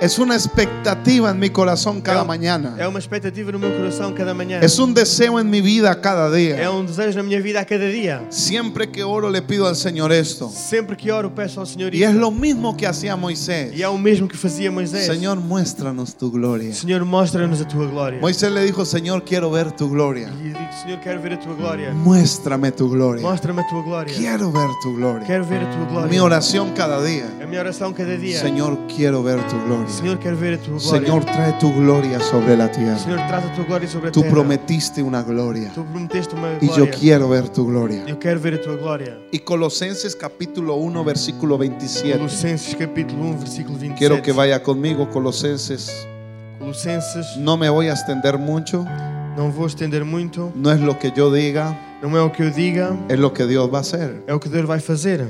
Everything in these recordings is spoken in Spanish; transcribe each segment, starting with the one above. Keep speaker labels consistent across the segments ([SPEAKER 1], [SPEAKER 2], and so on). [SPEAKER 1] Es una expectativa en mi corazón cada
[SPEAKER 2] É um-
[SPEAKER 1] mañana.
[SPEAKER 2] É uma expectativa no meu coração cada manhã.
[SPEAKER 1] Es un deseo en mi vida cada
[SPEAKER 2] É
[SPEAKER 1] día.
[SPEAKER 2] um desejo na minha vida a cada dia.
[SPEAKER 1] Siempre que oro le pido al Señor esto.
[SPEAKER 2] Sempre que oro peço ao Senhor
[SPEAKER 1] Y es
[SPEAKER 2] isto.
[SPEAKER 1] lo mismo que hacía é Moisés.
[SPEAKER 2] E é o mesmo que fazia Moisés.
[SPEAKER 1] Señor, muéstranos tu gloria.
[SPEAKER 2] Senhor, mostra-nos a tua glória.
[SPEAKER 1] Moisés le dijo, Señor, quiero ver tu gloria.
[SPEAKER 2] E digo, Senhor, quero ver a tua glória.
[SPEAKER 1] Muéstrame tu gloria.
[SPEAKER 2] Mostra-me a tua glória.
[SPEAKER 1] Quiero ver tu gloria.
[SPEAKER 2] Quero ver a tua
[SPEAKER 1] Mi
[SPEAKER 2] glória.
[SPEAKER 1] oración cada día.
[SPEAKER 2] A minha oração cada dia.
[SPEAKER 1] Señor, quiero ver tu gloria.
[SPEAKER 2] Senhor, quero ver a tua glória.
[SPEAKER 1] Señor, trae tu gloria sobre la tierra.
[SPEAKER 2] Senhor, traz a tua glória sobre a
[SPEAKER 1] Tú
[SPEAKER 2] terra.
[SPEAKER 1] prometiste una gloria.
[SPEAKER 2] Tu prometeste uma
[SPEAKER 1] Y yo
[SPEAKER 2] glória.
[SPEAKER 1] quiero ver tu gloria.
[SPEAKER 2] Eu quero ver a tua glória.
[SPEAKER 1] Y Colosenses capítulo 1, versículo 27.
[SPEAKER 2] Colossenses capítulo 1, versículo 27.
[SPEAKER 1] Quiero é. que vaya conmigo, Colosenses.
[SPEAKER 2] Colossenses,
[SPEAKER 1] No me voy a extender mucho.
[SPEAKER 2] não vou estender muito.
[SPEAKER 1] No es lo que yo diga,
[SPEAKER 2] Não é o que eu diga,
[SPEAKER 1] es lo que Dios va a hacer.
[SPEAKER 2] é o que Deus vai fazer.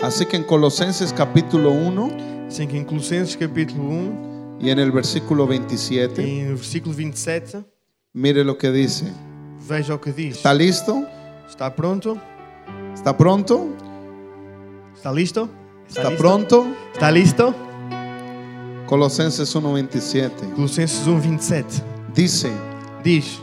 [SPEAKER 1] Así que en Colosenses capítulo 1
[SPEAKER 2] Assim que em Colossenses capítulo 1,
[SPEAKER 1] y en el versículo 27,
[SPEAKER 2] em versículo 27,
[SPEAKER 1] mire lo que dice.
[SPEAKER 2] veja o que diz.
[SPEAKER 1] ¿Está listo?
[SPEAKER 2] Está pronto?
[SPEAKER 1] ¿Está pronto?
[SPEAKER 2] Está listo?
[SPEAKER 1] ¿Está
[SPEAKER 2] listo?
[SPEAKER 1] pronto?
[SPEAKER 2] Está listo?
[SPEAKER 1] Colosenses 1:27.
[SPEAKER 2] Colossenses 1, 27.
[SPEAKER 1] Dice,
[SPEAKER 2] Diz,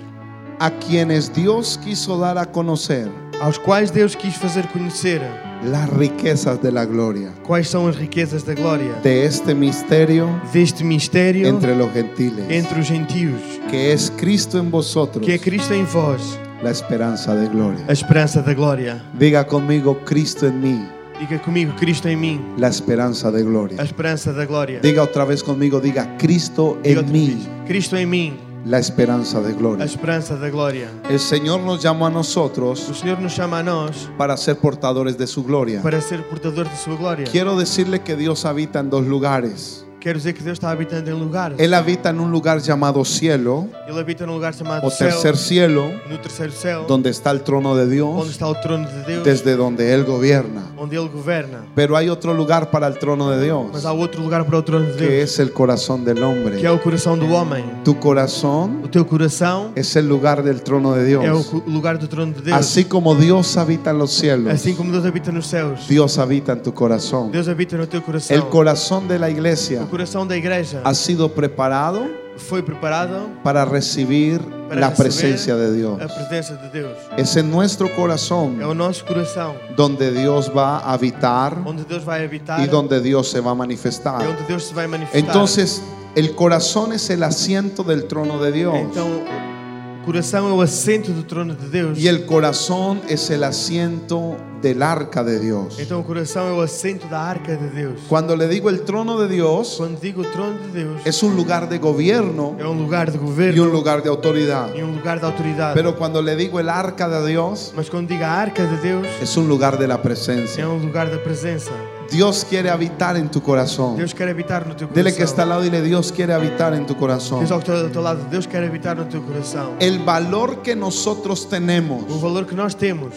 [SPEAKER 1] a quienes Dios quiso dar a conocer
[SPEAKER 2] aos quais Deus quis fazer conhecer
[SPEAKER 1] las riquezas de la gloria
[SPEAKER 2] quais são as riquezas da glória
[SPEAKER 1] de este misterio
[SPEAKER 2] deste mistério
[SPEAKER 1] entre los gentiles,
[SPEAKER 2] entre os gentios,
[SPEAKER 1] que es Cristo en vosotros,
[SPEAKER 2] que é Cristo em vós,
[SPEAKER 1] la esperanza de gloria.
[SPEAKER 2] a esperança da glória.
[SPEAKER 1] Diga conmigo, Cristo en mí,
[SPEAKER 2] Diga comigo, Cristo em mim,
[SPEAKER 1] la esperanza de gloria.
[SPEAKER 2] a esperanza da glória.
[SPEAKER 1] Diga otra vez conmigo, diga Cristo
[SPEAKER 2] Diga
[SPEAKER 1] en
[SPEAKER 2] outra
[SPEAKER 1] mí,
[SPEAKER 2] vez, Cristo em mim,
[SPEAKER 1] la esperanza de
[SPEAKER 2] a
[SPEAKER 1] gloria.
[SPEAKER 2] esperança da glória.
[SPEAKER 1] El Señor nos llamó a
[SPEAKER 2] O
[SPEAKER 1] nosotros
[SPEAKER 2] Senhor nos chama a nós
[SPEAKER 1] para ser portadores de su gloria.
[SPEAKER 2] para ser portador da sua glória.
[SPEAKER 1] Quiero decirle que Dios habita en dos lugares.
[SPEAKER 2] Quero dizer que Deus está habitando em lugares.
[SPEAKER 1] Él habita en un lugar llamado cielo
[SPEAKER 2] Ele habita num lugar chamado
[SPEAKER 1] o
[SPEAKER 2] céu,
[SPEAKER 1] tercer cielo,
[SPEAKER 2] no terceiro céu,
[SPEAKER 1] donde está el trono de
[SPEAKER 2] onde
[SPEAKER 1] Dios,
[SPEAKER 2] está o trono de Deus,
[SPEAKER 1] desde donde Él gobierna.
[SPEAKER 2] onde Ele governa.
[SPEAKER 1] Pero hay otro lugar para el trono de
[SPEAKER 2] Mas
[SPEAKER 1] Dios,
[SPEAKER 2] há outro lugar para o trono de
[SPEAKER 1] que
[SPEAKER 2] Deus,
[SPEAKER 1] es el corazón del
[SPEAKER 2] que é
[SPEAKER 1] hombre.
[SPEAKER 2] o coração do homem.
[SPEAKER 1] Tu corazón
[SPEAKER 2] O teu coração
[SPEAKER 1] es el lugar del trono de
[SPEAKER 2] é o
[SPEAKER 1] Dios.
[SPEAKER 2] cu- lugar do trono de Deus.
[SPEAKER 1] Así como Dios habita en los cielos,
[SPEAKER 2] Assim como Deus habita nos céus,
[SPEAKER 1] Dios habita en tu corazón.
[SPEAKER 2] Deus habita no teu coração.
[SPEAKER 1] El corazón de la
[SPEAKER 2] o
[SPEAKER 1] iglesia
[SPEAKER 2] coração da igreja
[SPEAKER 1] ha sido preparado
[SPEAKER 2] foi preparado
[SPEAKER 1] para recibir
[SPEAKER 2] para
[SPEAKER 1] la
[SPEAKER 2] receber
[SPEAKER 1] presencia de Dios.
[SPEAKER 2] a presença de Deus.
[SPEAKER 1] Es en nuestro
[SPEAKER 2] É o
[SPEAKER 1] corazón
[SPEAKER 2] nosso coração
[SPEAKER 1] donde Dios va a habitar
[SPEAKER 2] onde Deus vai habitar
[SPEAKER 1] y donde Dios se va a
[SPEAKER 2] é
[SPEAKER 1] manifestar.
[SPEAKER 2] onde Deus se vai manifestar.
[SPEAKER 1] Entonces, el corazón es el asiento del trono de Dios
[SPEAKER 2] então o coração é o assento do trono de Deus.
[SPEAKER 1] y el corazón es el asiento del arca de Dios.
[SPEAKER 2] Então o coração é o assento da arca de Deus.
[SPEAKER 1] Cuando le digo el trono de Dios,
[SPEAKER 2] Quando digo o trono de Deus,
[SPEAKER 1] es un lugar de gobierno
[SPEAKER 2] é um lugar de
[SPEAKER 1] y
[SPEAKER 2] governo
[SPEAKER 1] un lugar de autoridad.
[SPEAKER 2] e um lugar de autoridade.
[SPEAKER 1] Pero cuando le digo el arca de Dios,
[SPEAKER 2] Mas quando digo a arca de Deus,
[SPEAKER 1] es un lugar de la
[SPEAKER 2] é
[SPEAKER 1] presencia.
[SPEAKER 2] um lugar da presença.
[SPEAKER 1] Dios quiere habitar en tu corazón.
[SPEAKER 2] Deus quer habitar no teu coração.
[SPEAKER 1] Dile é que está al lado y dile Dios quiere habitar en tu corazón.
[SPEAKER 2] Diz ao teu, ao teu lado, Deus quer habitar no teu coração.
[SPEAKER 1] El valor que nosotros
[SPEAKER 2] O
[SPEAKER 1] tenemos
[SPEAKER 2] valor que nós temos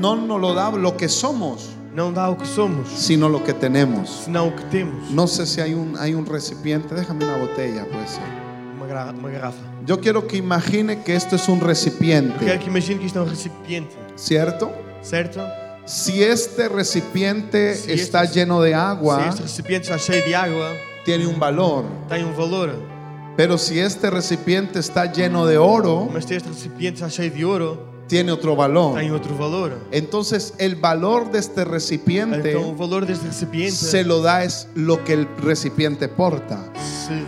[SPEAKER 1] no nos lo da lo que somos,
[SPEAKER 2] não dá o que somos,
[SPEAKER 1] sino lo que tenemos.
[SPEAKER 2] senão o que temos.
[SPEAKER 1] No sé si hay un, hay un recipiente, déjame una botella, puede ser.
[SPEAKER 2] Uma, gra- uma garrafa.
[SPEAKER 1] Yo quiero que imagine que esto es un
[SPEAKER 2] Eu quero
[SPEAKER 1] recipiente,
[SPEAKER 2] que imagine que isto é um recipiente,
[SPEAKER 1] ¿cierto?
[SPEAKER 2] certo?
[SPEAKER 1] Si este recipiente
[SPEAKER 2] Si
[SPEAKER 1] está
[SPEAKER 2] este-
[SPEAKER 1] lleno de
[SPEAKER 2] Se
[SPEAKER 1] agua,
[SPEAKER 2] este recipiente está cheio de água,
[SPEAKER 1] tiene un valor.
[SPEAKER 2] tem um valor.
[SPEAKER 1] Pero si este recipiente está lleno de oro,
[SPEAKER 2] Oh, Mas se este recipiente está cheio de ouro,
[SPEAKER 1] tiene otro valor.
[SPEAKER 2] tem outro valor.
[SPEAKER 1] Entonces el valor de este recipiente
[SPEAKER 2] Então o valor deste recipiente
[SPEAKER 1] se
[SPEAKER 2] se
[SPEAKER 1] lo da es lo que el recipiente porta.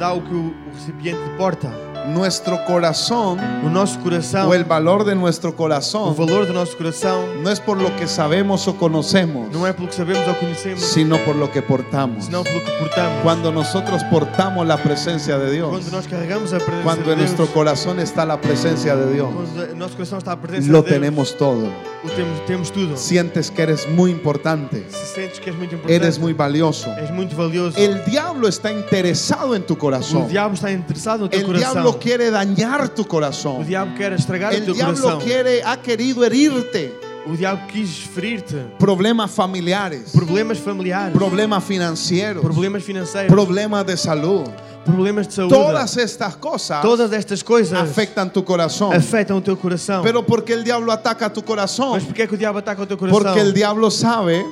[SPEAKER 2] dá o que o, o recipiente porta.
[SPEAKER 1] Nuestro corazón
[SPEAKER 2] O nosso coração,
[SPEAKER 1] o el valor de nuestro
[SPEAKER 2] o
[SPEAKER 1] corazón
[SPEAKER 2] valor do nosso coração,
[SPEAKER 1] no es por lo que sabemos o conocemos,
[SPEAKER 2] não é pelo que sabemos ou conhecemos,
[SPEAKER 1] sino por lo que portamos.
[SPEAKER 2] senão pelo que portamos.
[SPEAKER 1] Cuando nosotros portamos la presencia de Dios,
[SPEAKER 2] Quando nós carregamos a presença
[SPEAKER 1] cuando
[SPEAKER 2] de
[SPEAKER 1] en
[SPEAKER 2] Deus,
[SPEAKER 1] nuestro corazón está la presencia de Dios,
[SPEAKER 2] quando o nosso coração está a presença
[SPEAKER 1] lo
[SPEAKER 2] de Deus,
[SPEAKER 1] tenemos todo.
[SPEAKER 2] o temos, temos tudo.
[SPEAKER 1] Sientes que eres muy importante,
[SPEAKER 2] Se sentes que és muito importante,
[SPEAKER 1] eres muy valioso.
[SPEAKER 2] és muito valioso.
[SPEAKER 1] El diablo está interesado en tu
[SPEAKER 2] o
[SPEAKER 1] corazón.
[SPEAKER 2] diabo está interessado no teu
[SPEAKER 1] El
[SPEAKER 2] coração.
[SPEAKER 1] diablo quiere dañar tu
[SPEAKER 2] O
[SPEAKER 1] corazón.
[SPEAKER 2] diabo quer estragar o
[SPEAKER 1] El
[SPEAKER 2] teu
[SPEAKER 1] diablo
[SPEAKER 2] coração.
[SPEAKER 1] quiere, ha querido herirte.
[SPEAKER 2] O diabo quis ferir-te.
[SPEAKER 1] Problemas familiares,
[SPEAKER 2] Problemas familiares,
[SPEAKER 1] problemas financieros,
[SPEAKER 2] problemas financeiros,
[SPEAKER 1] problemas de salud.
[SPEAKER 2] problemas de saúde.
[SPEAKER 1] Todas estas cosas
[SPEAKER 2] Todas estas coisas
[SPEAKER 1] afectan tu corazón.
[SPEAKER 2] afetam o teu coração.
[SPEAKER 1] Pero ¿por qué el diablo ataca tu
[SPEAKER 2] Mas
[SPEAKER 1] corazón?
[SPEAKER 2] porquê é que o diabo ataca o teu coração?
[SPEAKER 1] Porque el diabo sabe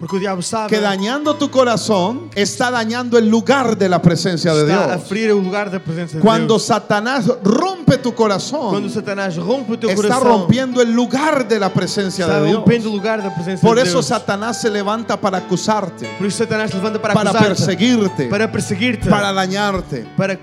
[SPEAKER 2] Porque o diabo sabe
[SPEAKER 1] que dañando tu corazón está dañando el lugar de la presencia de
[SPEAKER 2] está a
[SPEAKER 1] Dios.
[SPEAKER 2] ferir o lugar da presença de
[SPEAKER 1] Cuando
[SPEAKER 2] Deus.
[SPEAKER 1] Satanás rompe tu
[SPEAKER 2] Quando
[SPEAKER 1] corazón,
[SPEAKER 2] Satanás rompe o teu
[SPEAKER 1] está
[SPEAKER 2] coração,
[SPEAKER 1] rompiendo el lugar de la presencia
[SPEAKER 2] está
[SPEAKER 1] de Dios.
[SPEAKER 2] rompendo o lugar da presença
[SPEAKER 1] Por
[SPEAKER 2] de
[SPEAKER 1] eso
[SPEAKER 2] Deus.
[SPEAKER 1] Satanás se levanta para acusarte,
[SPEAKER 2] Por isso Satanás levanta para
[SPEAKER 1] para
[SPEAKER 2] acusar-te,
[SPEAKER 1] perseguirte,
[SPEAKER 2] para perseguir-te,
[SPEAKER 1] para dañarte.
[SPEAKER 2] para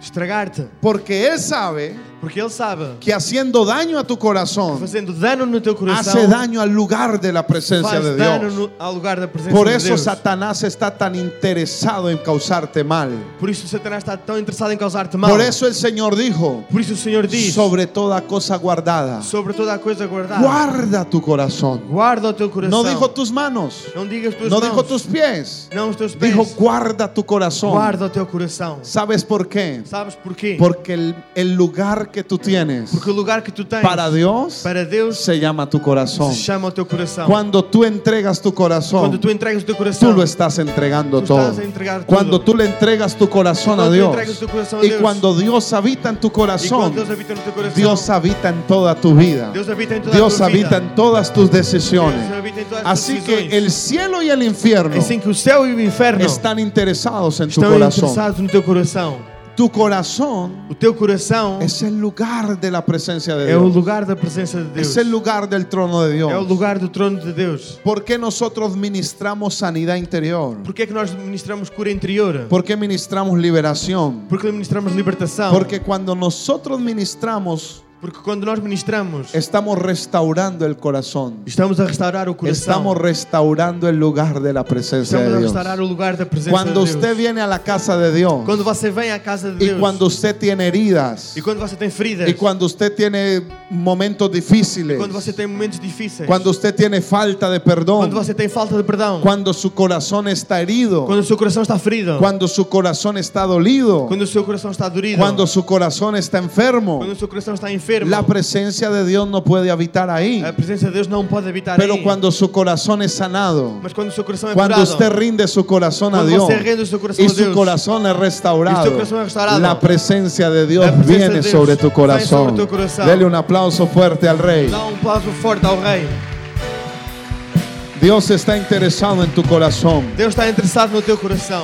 [SPEAKER 2] estragar-te.
[SPEAKER 1] Porque él sabe
[SPEAKER 2] Porque ele sabe
[SPEAKER 1] que haciendo daño a tu corazón,
[SPEAKER 2] fazendo dano no teu coração
[SPEAKER 1] hace daño al lugar de la presencia
[SPEAKER 2] faz
[SPEAKER 1] de
[SPEAKER 2] dano
[SPEAKER 1] Dios.
[SPEAKER 2] no, ao lugar da presença
[SPEAKER 1] Por
[SPEAKER 2] de
[SPEAKER 1] eso
[SPEAKER 2] Deus
[SPEAKER 1] Satanás está tan interesado en causarte mal.
[SPEAKER 2] por isso Satanás está tão interessado em causar-te mal
[SPEAKER 1] Por eso el Señor dijo,
[SPEAKER 2] Por isso o Senhor diz
[SPEAKER 1] sobre toda cosa guardada,
[SPEAKER 2] sobre toda a coisa guardada
[SPEAKER 1] guarda tu corazón.
[SPEAKER 2] guarda o teu coração
[SPEAKER 1] No dijo tus manos,
[SPEAKER 2] não diga os teus
[SPEAKER 1] no
[SPEAKER 2] mãos
[SPEAKER 1] dijo tus pies,
[SPEAKER 2] não os teus pés
[SPEAKER 1] dijo guarda tu corazón.
[SPEAKER 2] guarda o teu coração
[SPEAKER 1] ¿Sabes por qué?
[SPEAKER 2] sabes porquê?
[SPEAKER 1] Porque el, el lugar que tú tienes
[SPEAKER 2] porque o lugar que tu tens
[SPEAKER 1] para Dios
[SPEAKER 2] para Deus
[SPEAKER 1] se llama tu corazón.
[SPEAKER 2] se chama o teu coração
[SPEAKER 1] Cuando tú entregas tu
[SPEAKER 2] Quando
[SPEAKER 1] corazón,
[SPEAKER 2] tu entregas o teu
[SPEAKER 1] tú
[SPEAKER 2] coração
[SPEAKER 1] lo estás entregando
[SPEAKER 2] Tú
[SPEAKER 1] todo.
[SPEAKER 2] estás entregando
[SPEAKER 1] Cuando
[SPEAKER 2] todo.
[SPEAKER 1] tú le entregas tu corazón a
[SPEAKER 2] Cuando tú
[SPEAKER 1] Dios
[SPEAKER 2] entregas tu corazón a
[SPEAKER 1] y
[SPEAKER 2] Dios.
[SPEAKER 1] cuando Dios habita en tu
[SPEAKER 2] e quando
[SPEAKER 1] corazón,
[SPEAKER 2] Deus habita no teu coração
[SPEAKER 1] Dios habita en toda tu vida.
[SPEAKER 2] Deus habita em toda a
[SPEAKER 1] Dios
[SPEAKER 2] tua
[SPEAKER 1] habita
[SPEAKER 2] vida
[SPEAKER 1] en todas tus decisiones.
[SPEAKER 2] Dios habita en todas tus
[SPEAKER 1] Así que
[SPEAKER 2] decisiones.
[SPEAKER 1] el cielo y el infierno
[SPEAKER 2] é assim que o céu e o inferno
[SPEAKER 1] están interesados en tu
[SPEAKER 2] estão
[SPEAKER 1] corazón.
[SPEAKER 2] interessados no teu coração
[SPEAKER 1] Tu corazón
[SPEAKER 2] O teu coração
[SPEAKER 1] es el lugar de la presencia de
[SPEAKER 2] é o
[SPEAKER 1] Dios.
[SPEAKER 2] lugar da presença de Deus.
[SPEAKER 1] Es el lugar del trono de
[SPEAKER 2] É o
[SPEAKER 1] Dios.
[SPEAKER 2] lugar do trono de Deus.
[SPEAKER 1] ¿Por qué nosotros ministramos sanidad interior?
[SPEAKER 2] Por que é que nós ministramos cura interior?
[SPEAKER 1] ¿Por qué ministramos liberación?
[SPEAKER 2] Porque ministramos libertação.
[SPEAKER 1] Porque cuando nosotros ministramos,
[SPEAKER 2] Porque quando nós ministramos,
[SPEAKER 1] estamos restaurando el corazón.
[SPEAKER 2] estamos a restaurar o coração.
[SPEAKER 1] Estamos restaurando el lugar de la presencia
[SPEAKER 2] Estamos a
[SPEAKER 1] de Dios.
[SPEAKER 2] restaurar o lugar da presença
[SPEAKER 1] Cuando
[SPEAKER 2] de Deus.
[SPEAKER 1] usted viene a la casa de Dios
[SPEAKER 2] Quando você vem à casa de
[SPEAKER 1] y
[SPEAKER 2] Deus.
[SPEAKER 1] cuando usted tiene heridas
[SPEAKER 2] E quando você tem feridas.
[SPEAKER 1] y cuando usted tiene momentos difíciles,
[SPEAKER 2] Quando você tem momentos difíceis.
[SPEAKER 1] cuando usted tiene falta de
[SPEAKER 2] Quando
[SPEAKER 1] perdón,
[SPEAKER 2] você tem falta de perdão.
[SPEAKER 1] cuando su corazón está herido,
[SPEAKER 2] Quando o seu coração está ferido.
[SPEAKER 1] cuando su corazón está dolido,
[SPEAKER 2] Quando o seu coração está dorido.
[SPEAKER 1] cuando su corazón está enfermo,
[SPEAKER 2] Quando o seu coração está enfermo.
[SPEAKER 1] la presencia de Dios no puede habitar ahí.
[SPEAKER 2] A presença de Deus não pode habitar
[SPEAKER 1] Pero
[SPEAKER 2] aí.
[SPEAKER 1] cuando su corazón es sanado,
[SPEAKER 2] Mas quando o seu coração é
[SPEAKER 1] Cuando
[SPEAKER 2] curado.
[SPEAKER 1] usted rinde su corazón a
[SPEAKER 2] Cuando
[SPEAKER 1] Dios
[SPEAKER 2] usted rinde su corazón
[SPEAKER 1] y
[SPEAKER 2] a
[SPEAKER 1] su
[SPEAKER 2] Dios.
[SPEAKER 1] corazón es
[SPEAKER 2] Y
[SPEAKER 1] restaurado,
[SPEAKER 2] su corazón es restaurado.
[SPEAKER 1] la presencia de Dios
[SPEAKER 2] La presencia
[SPEAKER 1] viene
[SPEAKER 2] de Dios
[SPEAKER 1] sobre tu
[SPEAKER 2] viene
[SPEAKER 1] corazón.
[SPEAKER 2] sobre tu corazón.
[SPEAKER 1] Dele un aplauso fuerte al Rey.
[SPEAKER 2] Dá um aplauso forte ao Rei.
[SPEAKER 1] Dios está interesado en tu corazón.
[SPEAKER 2] Deus está interessado no teu coração.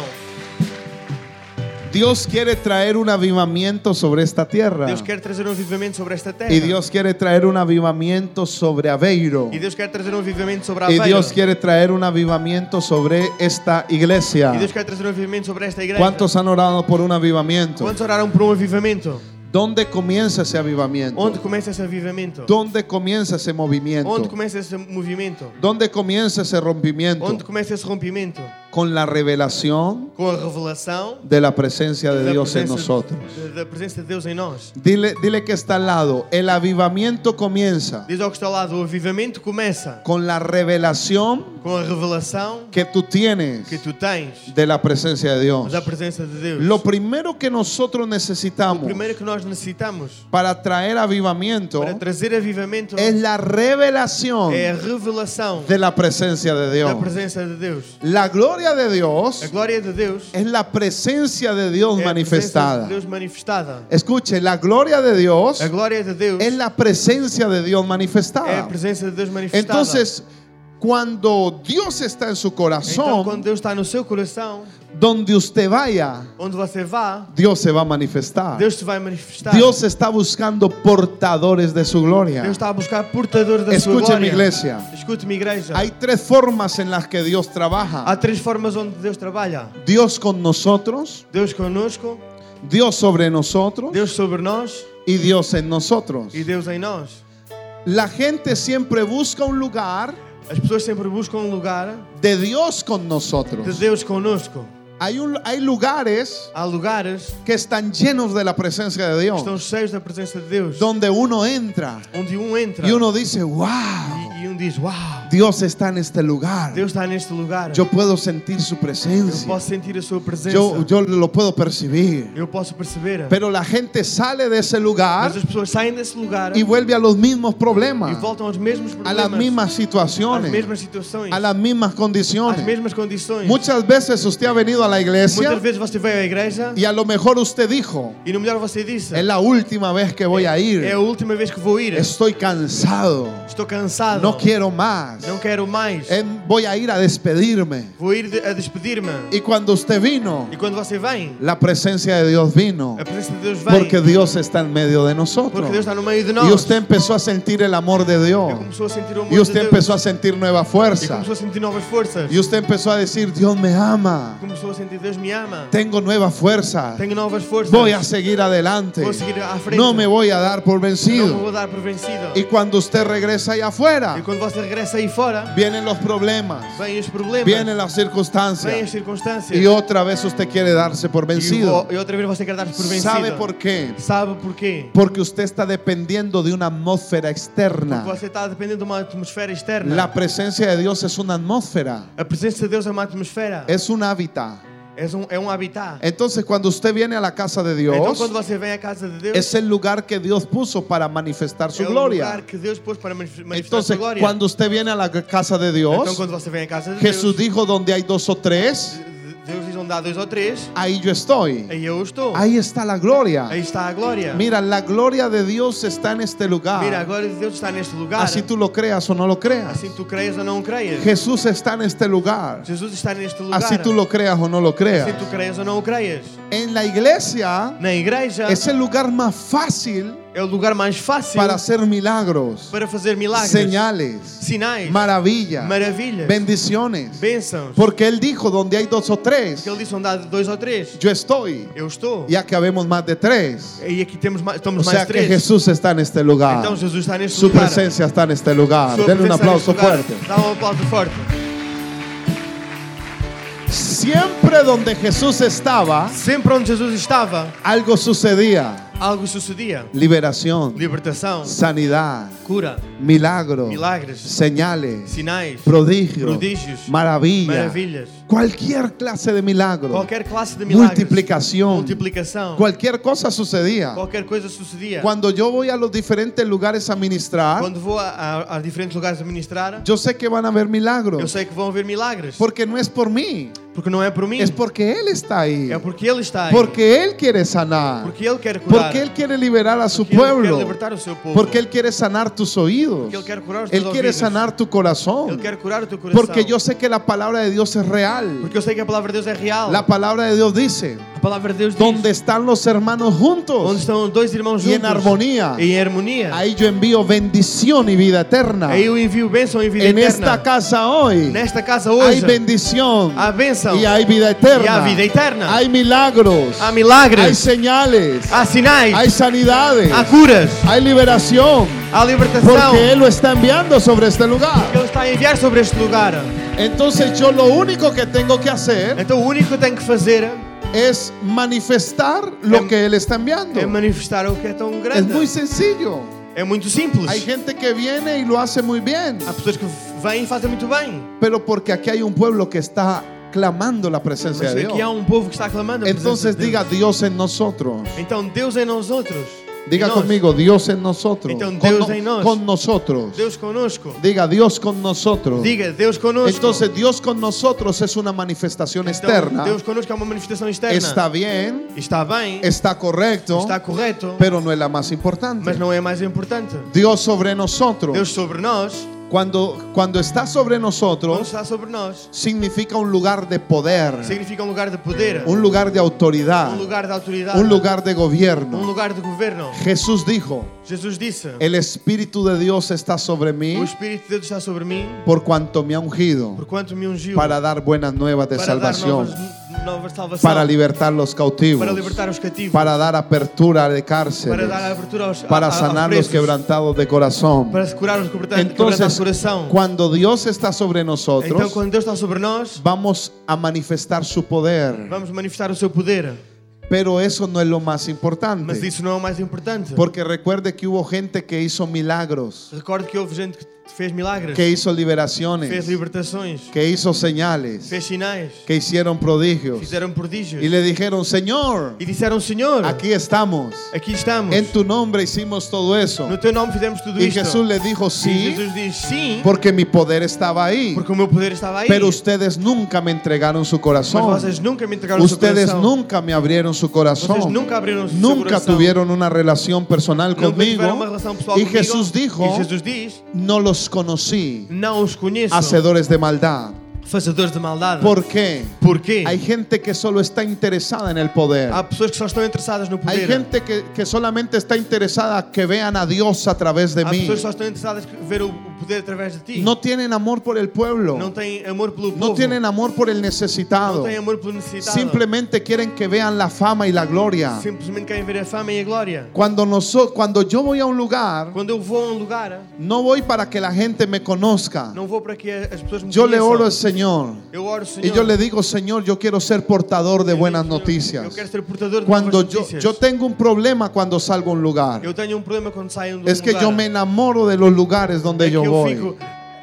[SPEAKER 1] Dios quiere traer un avivamiento sobre esta tierra.
[SPEAKER 2] Deus quer trazer um avivamento sobre esta terra.
[SPEAKER 1] Y Dios quiere traer un avivamiento sobre Aveiro.
[SPEAKER 2] E Deus quer trazer um avivamento sobre a
[SPEAKER 1] Y
[SPEAKER 2] Aveiro.
[SPEAKER 1] Dios quiere traer un avivamiento sobre esta iglesia.
[SPEAKER 2] E Deus quer trazer um avivamento sobre esta igreja.
[SPEAKER 1] ¿Cuántos han orado por un avivamiento?
[SPEAKER 2] Quantos oraram por um avivamento?
[SPEAKER 1] ¿Dónde comienza ese avivamiento?
[SPEAKER 2] Onde começa esse avivamento?
[SPEAKER 1] ¿Dónde comienza ese movimiento?
[SPEAKER 2] Onde começa esse movimento?
[SPEAKER 1] ¿Dónde comienza ese rompimiento?
[SPEAKER 2] Onde começa esse rompimento?
[SPEAKER 1] Con la revelación
[SPEAKER 2] Com a revelação
[SPEAKER 1] de la presencia de
[SPEAKER 2] da
[SPEAKER 1] Dios en
[SPEAKER 2] presença-
[SPEAKER 1] nosotros.
[SPEAKER 2] da- da presença de Deus em nós.
[SPEAKER 1] Dile, dile que está al lado. El avivamiento comienza
[SPEAKER 2] Diz ao que está ao lado, o avivamento começa
[SPEAKER 1] con la revelación
[SPEAKER 2] com a revelação
[SPEAKER 1] que tú tienes
[SPEAKER 2] que tu tens
[SPEAKER 1] de la presencia de Dios.
[SPEAKER 2] da presença de Deus.
[SPEAKER 1] Lo primero que nosotros
[SPEAKER 2] O
[SPEAKER 1] necesitamos
[SPEAKER 2] primeiro que nós necessitamos
[SPEAKER 1] para traer avivamiento
[SPEAKER 2] para trazer avivamento
[SPEAKER 1] es la revelación
[SPEAKER 2] é a revelação
[SPEAKER 1] é de Eh, la presencia de Dios.
[SPEAKER 2] da presença de Deus.
[SPEAKER 1] La gloria de Dios
[SPEAKER 2] A glória de Deus
[SPEAKER 1] es la presencia de Dios
[SPEAKER 2] é a presença
[SPEAKER 1] manifestada.
[SPEAKER 2] de Deus manifestada.
[SPEAKER 1] Escuche, la gloria Eh, de Dios
[SPEAKER 2] A glória é de Deus
[SPEAKER 1] es la presencia de Dios
[SPEAKER 2] é a
[SPEAKER 1] manifestada.
[SPEAKER 2] presença de Deus manifestada.
[SPEAKER 1] Entonces, cuando Dios está en su
[SPEAKER 2] então, quando
[SPEAKER 1] corazón,
[SPEAKER 2] Deus está no seu coração,
[SPEAKER 1] donde usted vaya,
[SPEAKER 2] onde você vá,
[SPEAKER 1] Dios se va a manifestar.
[SPEAKER 2] Deus se vai manifestar.
[SPEAKER 1] Dios está buscando portadores de su gloria.
[SPEAKER 2] Deus está a buscar portadores da sua
[SPEAKER 1] Escuche mi
[SPEAKER 2] glória.
[SPEAKER 1] iglesia.
[SPEAKER 2] Escute-me, igreja.
[SPEAKER 1] Hay tres formas en las que Dios
[SPEAKER 2] Há
[SPEAKER 1] trabaja.
[SPEAKER 2] três formas onde Deus trabalha.
[SPEAKER 1] Dios con nosotros,
[SPEAKER 2] Deus conosco,
[SPEAKER 1] Dios sobre nosotros
[SPEAKER 2] Deus sobre nós
[SPEAKER 1] y Dios en nosotros.
[SPEAKER 2] e Deus em nós.
[SPEAKER 1] La gente siempre busca un lugar
[SPEAKER 2] As pessoas sempre buscam um lugar
[SPEAKER 1] de Dios con
[SPEAKER 2] de
[SPEAKER 1] nosotros.
[SPEAKER 2] Deus conosco.
[SPEAKER 1] Hay, un- hay lugares
[SPEAKER 2] Há lugares
[SPEAKER 1] que están llenos de la presencia de
[SPEAKER 2] que estão
[SPEAKER 1] Dios,
[SPEAKER 2] cheios da presença de Deus.
[SPEAKER 1] donde uno entra
[SPEAKER 2] onde um entra
[SPEAKER 1] y uno dice, wow,
[SPEAKER 2] e, e um diz: Uau,
[SPEAKER 1] Dios está en este lugar,
[SPEAKER 2] Deus está neste lugar.
[SPEAKER 1] yo puedo sentir su
[SPEAKER 2] eu
[SPEAKER 1] presencia,
[SPEAKER 2] posso sentir a sua presença.
[SPEAKER 1] yo, yo lo puedo percibir.
[SPEAKER 2] Eu posso perceber.
[SPEAKER 1] Pero la gente sale de ese lugar
[SPEAKER 2] Mas as pessoas saem desse lugar
[SPEAKER 1] y vuelve a los mismos
[SPEAKER 2] e
[SPEAKER 1] problemas,
[SPEAKER 2] voltam aos mesmos
[SPEAKER 1] a las
[SPEAKER 2] problemas,
[SPEAKER 1] mismas
[SPEAKER 2] às
[SPEAKER 1] situaciones,
[SPEAKER 2] mesmas situações,
[SPEAKER 1] a las mismas
[SPEAKER 2] às
[SPEAKER 1] condiciones.
[SPEAKER 2] mesmas condições.
[SPEAKER 1] Muchas veces usted ha venido a la iglesia
[SPEAKER 2] Muitas vezes você veio à igreja
[SPEAKER 1] y a lo mejor usted dijo,
[SPEAKER 2] e no melhor você disse:
[SPEAKER 1] es la última vez é que voy a
[SPEAKER 2] É a
[SPEAKER 1] ir, É
[SPEAKER 2] última vez que vou ir.
[SPEAKER 1] estoy cansado.
[SPEAKER 2] Estou cansado.
[SPEAKER 1] No quiero más. más.
[SPEAKER 2] Não quero mais.
[SPEAKER 1] Em- Voy a ir a despedirme.
[SPEAKER 2] Vou ir de- a despedir-me.
[SPEAKER 1] Y cuando usted vino,
[SPEAKER 2] E quando você vem,
[SPEAKER 1] la presencia de Dios vino.
[SPEAKER 2] a presença de Deus vem.
[SPEAKER 1] Porque Dios está en medio de
[SPEAKER 2] Porque
[SPEAKER 1] nosotros.
[SPEAKER 2] Deus está no meio de nós.
[SPEAKER 1] Y usted empezó a sentir el amor de Dios.
[SPEAKER 2] começou a sentir o amor
[SPEAKER 1] Y usted
[SPEAKER 2] de Deus.
[SPEAKER 1] empezó a sentir nueva
[SPEAKER 2] E
[SPEAKER 1] fuerza.
[SPEAKER 2] começou a sentir novas forças.
[SPEAKER 1] Y usted empezó a decir, Dios me ama.
[SPEAKER 2] Começou a sentir Deus me ama.
[SPEAKER 1] Tengo nueva fuerza.
[SPEAKER 2] Tenho novas forças.
[SPEAKER 1] Voy a seguir adelante.
[SPEAKER 2] Vou seguir à frente.
[SPEAKER 1] No me voy a dar por
[SPEAKER 2] Não me vou
[SPEAKER 1] vencido.
[SPEAKER 2] dar por vencido.
[SPEAKER 1] Y cuando usted regresa allá
[SPEAKER 2] E
[SPEAKER 1] afuera,
[SPEAKER 2] quando você regressa aí fora,
[SPEAKER 1] vienen los problemas,
[SPEAKER 2] vêm os problemas,
[SPEAKER 1] vienen las
[SPEAKER 2] vêm as
[SPEAKER 1] circunstancias.
[SPEAKER 2] circunstâncias.
[SPEAKER 1] Y otra vez usted quiere darse por
[SPEAKER 2] e,
[SPEAKER 1] vencido.
[SPEAKER 2] o- e outra vez você quer dar-se por vencido.
[SPEAKER 1] ¿Sabe por quê?
[SPEAKER 2] Sabe porquê?
[SPEAKER 1] Porque usted está dependiendo de una atmósfera
[SPEAKER 2] Porque
[SPEAKER 1] externa.
[SPEAKER 2] você está dependendo de uma atmosfera externa.
[SPEAKER 1] Ah. La presencia de Dios es una atmósfera,
[SPEAKER 2] A presença de Deus é uma atmosfera.
[SPEAKER 1] es un hábitat.
[SPEAKER 2] É um, é um habitat.
[SPEAKER 1] Entonces cuando usted viene a la casa de
[SPEAKER 2] Então quando
[SPEAKER 1] Dios, É
[SPEAKER 2] você vem à casa de Deus,
[SPEAKER 1] es el lugar que Dios puso para manifestar su
[SPEAKER 2] é o lugar
[SPEAKER 1] gloria.
[SPEAKER 2] que Deus pôs para manif- manifestar a sua
[SPEAKER 1] Entonces
[SPEAKER 2] glória.
[SPEAKER 1] cuando usted viene a la casa de
[SPEAKER 2] então
[SPEAKER 1] Então, Dios,
[SPEAKER 2] quando você vem à casa de
[SPEAKER 1] Jesús
[SPEAKER 2] Deus,
[SPEAKER 1] dijo, donde hay dos o tres,
[SPEAKER 2] de- Deus diz onde há dois ou três,
[SPEAKER 1] ahí yo estoy.
[SPEAKER 2] aí eu estou.
[SPEAKER 1] Ahí está la gloria.
[SPEAKER 2] Aí está a glória.
[SPEAKER 1] Mira, la gloria de Dios está en este
[SPEAKER 2] Mira, a
[SPEAKER 1] lugar.
[SPEAKER 2] glória de Deus está neste lugar.
[SPEAKER 1] Así tú lo creas o no lo creas.
[SPEAKER 2] Assim tu creias ou não creias.
[SPEAKER 1] Jesús está en este lugar.
[SPEAKER 2] Jesus está neste lugar.
[SPEAKER 1] Así tú lo creas o no lo
[SPEAKER 2] Assim
[SPEAKER 1] creas.
[SPEAKER 2] tu creias ou não o creias.
[SPEAKER 1] En la iglesia
[SPEAKER 2] Na igreja
[SPEAKER 1] es el lugar más fácil
[SPEAKER 2] é o lugar mais fácil
[SPEAKER 1] para hacer milagros,
[SPEAKER 2] para fazer milagres,
[SPEAKER 1] señales,
[SPEAKER 2] sinais,
[SPEAKER 1] maravillas,
[SPEAKER 2] maravilhas,
[SPEAKER 1] bendiciones.
[SPEAKER 2] bênçãos.
[SPEAKER 1] Porque Él dijo, donde hay dos o tres,
[SPEAKER 2] Porque ele disse onde há dois ou três.
[SPEAKER 1] yo estoy.
[SPEAKER 2] Eu estou.
[SPEAKER 1] Ya que habemos más de tres.
[SPEAKER 2] E aqui temos mais, estamos
[SPEAKER 1] O sea
[SPEAKER 2] mais
[SPEAKER 1] que
[SPEAKER 2] três.
[SPEAKER 1] Jesús está en este lugar.
[SPEAKER 2] Então Jesus está neste
[SPEAKER 1] Su
[SPEAKER 2] lugar.
[SPEAKER 1] presencia está en este lugar.
[SPEAKER 2] Sua
[SPEAKER 1] Denle un
[SPEAKER 2] presença
[SPEAKER 1] um aplauso
[SPEAKER 2] neste lugar.
[SPEAKER 1] fuerte.
[SPEAKER 2] Dá um aplauso forte.
[SPEAKER 1] Siempre donde Jesús estaba,
[SPEAKER 2] Sempre onde Jesus estava,
[SPEAKER 1] algo sucedía.
[SPEAKER 2] algo sucedia.
[SPEAKER 1] Liberación,
[SPEAKER 2] Libertação,
[SPEAKER 1] sanidad,
[SPEAKER 2] cura,
[SPEAKER 1] milagros,
[SPEAKER 2] Milagres.
[SPEAKER 1] señales,
[SPEAKER 2] sinais,
[SPEAKER 1] prodigios,
[SPEAKER 2] Prodigios.
[SPEAKER 1] maravillas,
[SPEAKER 2] Maravillas.
[SPEAKER 1] cualquier clase de milagro,
[SPEAKER 2] qualquer classe de milagres,
[SPEAKER 1] Multiplicação.
[SPEAKER 2] multiplicação,
[SPEAKER 1] cualquier cosa sucedía.
[SPEAKER 2] qualquer coisa sucedia.
[SPEAKER 1] Cuando yo voy a los diferentes lugares a ministrar,
[SPEAKER 2] Quando vou a, a, a diferentes lugares a ministrar,
[SPEAKER 1] yo sé que van a haber
[SPEAKER 2] eu
[SPEAKER 1] milagros,
[SPEAKER 2] sei que vão haver milagres.
[SPEAKER 1] porque no es por mí,
[SPEAKER 2] Porque não é por mim.
[SPEAKER 1] es porque Él está ahí,
[SPEAKER 2] É porque Ele está aí.
[SPEAKER 1] porque Él quiere sanar,
[SPEAKER 2] Porque Ele quer curar.
[SPEAKER 1] porque Él quiere liberar a su
[SPEAKER 2] Porque Ele quer
[SPEAKER 1] pueblo,
[SPEAKER 2] libertar o seu povo.
[SPEAKER 1] porque Él quiere sanar tus oídos,
[SPEAKER 2] Porque Él quiere curar tus
[SPEAKER 1] Él quiere
[SPEAKER 2] oídos.
[SPEAKER 1] sanar tu
[SPEAKER 2] Ele
[SPEAKER 1] corazón,
[SPEAKER 2] quer curar o teu coração.
[SPEAKER 1] porque yo sé que la palabra de Dios es real.
[SPEAKER 2] Porque eu sei que a palavra de Deus é real.
[SPEAKER 1] La palabra de Dios dice,
[SPEAKER 2] A palavra de Deus diz
[SPEAKER 1] donde están los hermanos
[SPEAKER 2] onde
[SPEAKER 1] juntos
[SPEAKER 2] estão dois irmãos
[SPEAKER 1] y
[SPEAKER 2] juntos
[SPEAKER 1] en armonía,
[SPEAKER 2] e em harmonia.
[SPEAKER 1] ahí yo envío bendición y vida eterna.
[SPEAKER 2] Aí eu envio bênção e vida
[SPEAKER 1] En
[SPEAKER 2] eterna.
[SPEAKER 1] esta casa hoy
[SPEAKER 2] Nesta casa
[SPEAKER 1] hay
[SPEAKER 2] hoje
[SPEAKER 1] bendición
[SPEAKER 2] há bênção.
[SPEAKER 1] y hay vida eterna.
[SPEAKER 2] Y hay vida eterna.
[SPEAKER 1] Hay milagros,
[SPEAKER 2] Há milagres.
[SPEAKER 1] hay señales,
[SPEAKER 2] Há sinais.
[SPEAKER 1] hay sanidades,
[SPEAKER 2] Há curas.
[SPEAKER 1] hay liberación,
[SPEAKER 2] Há libertação.
[SPEAKER 1] porque Él lo está enviando sobre este lugar.
[SPEAKER 2] que Ele está a enviar sobre este lugar.
[SPEAKER 1] Entonces yo lo único que tengo que hacer
[SPEAKER 2] Então o único que eu tenho que fazer
[SPEAKER 1] es manifestar lo
[SPEAKER 2] Em-
[SPEAKER 1] que Él está enviando.
[SPEAKER 2] é manifestar o que é tão
[SPEAKER 1] Es
[SPEAKER 2] grande.
[SPEAKER 1] muy sencillo.
[SPEAKER 2] É muito simples.
[SPEAKER 1] Hay gente que viene y lo hace muy bien,
[SPEAKER 2] Há pessoas que vêm e fazem muito bem.
[SPEAKER 1] pero porque aquí hay un pueblo que está clamando la presencia
[SPEAKER 2] Mas
[SPEAKER 1] de
[SPEAKER 2] aqui há
[SPEAKER 1] Dios.
[SPEAKER 2] um povo que está clamando. a presença
[SPEAKER 1] Entonces
[SPEAKER 2] de Deus.
[SPEAKER 1] diga Dios en nosotros.
[SPEAKER 2] Então Deus em nós outros. Em
[SPEAKER 1] Diga
[SPEAKER 2] nós.
[SPEAKER 1] conmigo, Dios en nosotros.
[SPEAKER 2] Então,
[SPEAKER 1] Con,
[SPEAKER 2] Deus em nós.
[SPEAKER 1] con nosotros.
[SPEAKER 2] Deus conosco.
[SPEAKER 1] Diga Dios con nosotros.
[SPEAKER 2] Diga Deus conosco.
[SPEAKER 1] Entonces Dios con nosotros es una manifestación
[SPEAKER 2] Então,
[SPEAKER 1] Então externa.
[SPEAKER 2] Deus conosco é uma manifestação externa.
[SPEAKER 1] Está É bien,
[SPEAKER 2] Está bem.
[SPEAKER 1] está correcto,
[SPEAKER 2] Está correto.
[SPEAKER 1] pero no es la más importante.
[SPEAKER 2] Mas não é mais importante.
[SPEAKER 1] Dios sobre nosotros.
[SPEAKER 2] Deus sobre nós.
[SPEAKER 1] Cuando, cuando está sobre
[SPEAKER 2] Quando
[SPEAKER 1] nosotros,
[SPEAKER 2] está sobre nós.
[SPEAKER 1] significa un lugar de poder,
[SPEAKER 2] Significa um lugar de poder.
[SPEAKER 1] un lugar de autoridad,
[SPEAKER 2] um lugar de autoridade.
[SPEAKER 1] un lugar de
[SPEAKER 2] um
[SPEAKER 1] gobierno.
[SPEAKER 2] lugar de governo.
[SPEAKER 1] Jesús dijo,
[SPEAKER 2] Jesus disse.
[SPEAKER 1] el Espíritu de Dios está sobre
[SPEAKER 2] O
[SPEAKER 1] mí
[SPEAKER 2] Espírito de Deus está sobre mim.
[SPEAKER 1] por cuanto me ha ungido.
[SPEAKER 2] Porquanto me ungiu.
[SPEAKER 1] para dar buenas nuevas de
[SPEAKER 2] para dar
[SPEAKER 1] salvación,
[SPEAKER 2] novas, novas salvação.
[SPEAKER 1] para libertar los cautivos,
[SPEAKER 2] para libertar os cativos.
[SPEAKER 1] para dar apertura de
[SPEAKER 2] para
[SPEAKER 1] cárceles,
[SPEAKER 2] dar abertura aos, a-
[SPEAKER 1] para
[SPEAKER 2] a- aos
[SPEAKER 1] sanar los
[SPEAKER 2] presos,
[SPEAKER 1] quebrantados de corazón.
[SPEAKER 2] para curar os quebrantados quebrantados de
[SPEAKER 1] Entonces,
[SPEAKER 2] coração.
[SPEAKER 1] cuando Dios está sobre
[SPEAKER 2] Então,
[SPEAKER 1] nosotros,
[SPEAKER 2] quando Deus está sobre nós,
[SPEAKER 1] vamos a manifestar su poder.
[SPEAKER 2] vamos manifestar o seu poder.
[SPEAKER 1] Pero eso no es lo más
[SPEAKER 2] Mas
[SPEAKER 1] importante,
[SPEAKER 2] isso não é o mais importante.
[SPEAKER 1] porque recuerde que hubo gente que hizo milagros,
[SPEAKER 2] Recordo que houve gente que fez milagres,
[SPEAKER 1] que hizo
[SPEAKER 2] fez
[SPEAKER 1] liberaciones,
[SPEAKER 2] libertações,
[SPEAKER 1] que hizo señales,
[SPEAKER 2] fez sinais,
[SPEAKER 1] que hicieron prodigios
[SPEAKER 2] fizeram prodígios
[SPEAKER 1] y le dijeron, Señor,
[SPEAKER 2] e disseram: Senhor, aqui,
[SPEAKER 1] aquí estamos.
[SPEAKER 2] estamos.
[SPEAKER 1] En tu nombre hicimos todo eso.
[SPEAKER 2] No teu nome fizemos tudo
[SPEAKER 1] Y
[SPEAKER 2] isto.
[SPEAKER 1] Jesús le dijo,
[SPEAKER 2] E
[SPEAKER 1] sí,
[SPEAKER 2] Jesus diz: Sim,
[SPEAKER 1] porque mi poder estaba ahí.
[SPEAKER 2] porque o meu poder estava aí.
[SPEAKER 1] Pero ustedes nunca me entregaron su
[SPEAKER 2] Mas
[SPEAKER 1] corazón.
[SPEAKER 2] vocês nunca me entregaram o seu
[SPEAKER 1] Ustedes
[SPEAKER 2] coração.
[SPEAKER 1] nunca me abrieron su corazón.
[SPEAKER 2] Ustedes nunca abrieron su
[SPEAKER 1] Nunca
[SPEAKER 2] corazón.
[SPEAKER 1] tuvieron una relación personal
[SPEAKER 2] Nunca tiveram
[SPEAKER 1] conmigo.
[SPEAKER 2] uma relação pessoal
[SPEAKER 1] Y
[SPEAKER 2] comigo.
[SPEAKER 1] Jesús dijo,
[SPEAKER 2] E Jesus diz:
[SPEAKER 1] no los os conocí,
[SPEAKER 2] Não os conheço,
[SPEAKER 1] hacedores de maldad.
[SPEAKER 2] fazedores de maldade.
[SPEAKER 1] ¿Por qué?
[SPEAKER 2] Porquê?
[SPEAKER 1] Hay gente que solo está interesada en el poder.
[SPEAKER 2] Há pessoas que só estão interessadas no
[SPEAKER 1] Hay
[SPEAKER 2] poder.
[SPEAKER 1] gente que, que solamente está interesada que vean a Dios a través de
[SPEAKER 2] Há
[SPEAKER 1] mí.
[SPEAKER 2] pessoas que só estão interessadas em ver o o poder através de ti.
[SPEAKER 1] No tienen amor por el
[SPEAKER 2] Não
[SPEAKER 1] pueblo.
[SPEAKER 2] têm amor pelo
[SPEAKER 1] No
[SPEAKER 2] povo.
[SPEAKER 1] tienen amor por el
[SPEAKER 2] Não
[SPEAKER 1] necesitado.
[SPEAKER 2] têm amor pelo necessitado.
[SPEAKER 1] Simplemente quieren que vean la fama y la gloria.
[SPEAKER 2] Simplesmente querem ver a fama e a glória.
[SPEAKER 1] Cuando, noso- cuando yo voy a un lugar,
[SPEAKER 2] Quando eu vou a um lugar,
[SPEAKER 1] no voy para que la gente me conozca.
[SPEAKER 2] não vou para que as pessoas me
[SPEAKER 1] Yo le
[SPEAKER 2] conheçam.
[SPEAKER 1] oro al Señor.
[SPEAKER 2] Eu oro, Senhor.
[SPEAKER 1] Y yo le digo, Señor, yo quiero ser portador de
[SPEAKER 2] Eu digo,
[SPEAKER 1] buenas
[SPEAKER 2] Senhor,
[SPEAKER 1] noticias.
[SPEAKER 2] Eu quero ser portador de
[SPEAKER 1] Cuando
[SPEAKER 2] boas
[SPEAKER 1] yo,
[SPEAKER 2] notícias.
[SPEAKER 1] yo tengo un problema cuando salgo a un lugar,
[SPEAKER 2] Eu tenho um problema quando saio de um
[SPEAKER 1] es que
[SPEAKER 2] lugar.
[SPEAKER 1] yo me enamoro de los lugares
[SPEAKER 2] é
[SPEAKER 1] donde
[SPEAKER 2] que
[SPEAKER 1] yo
[SPEAKER 2] eu
[SPEAKER 1] voy.
[SPEAKER 2] fico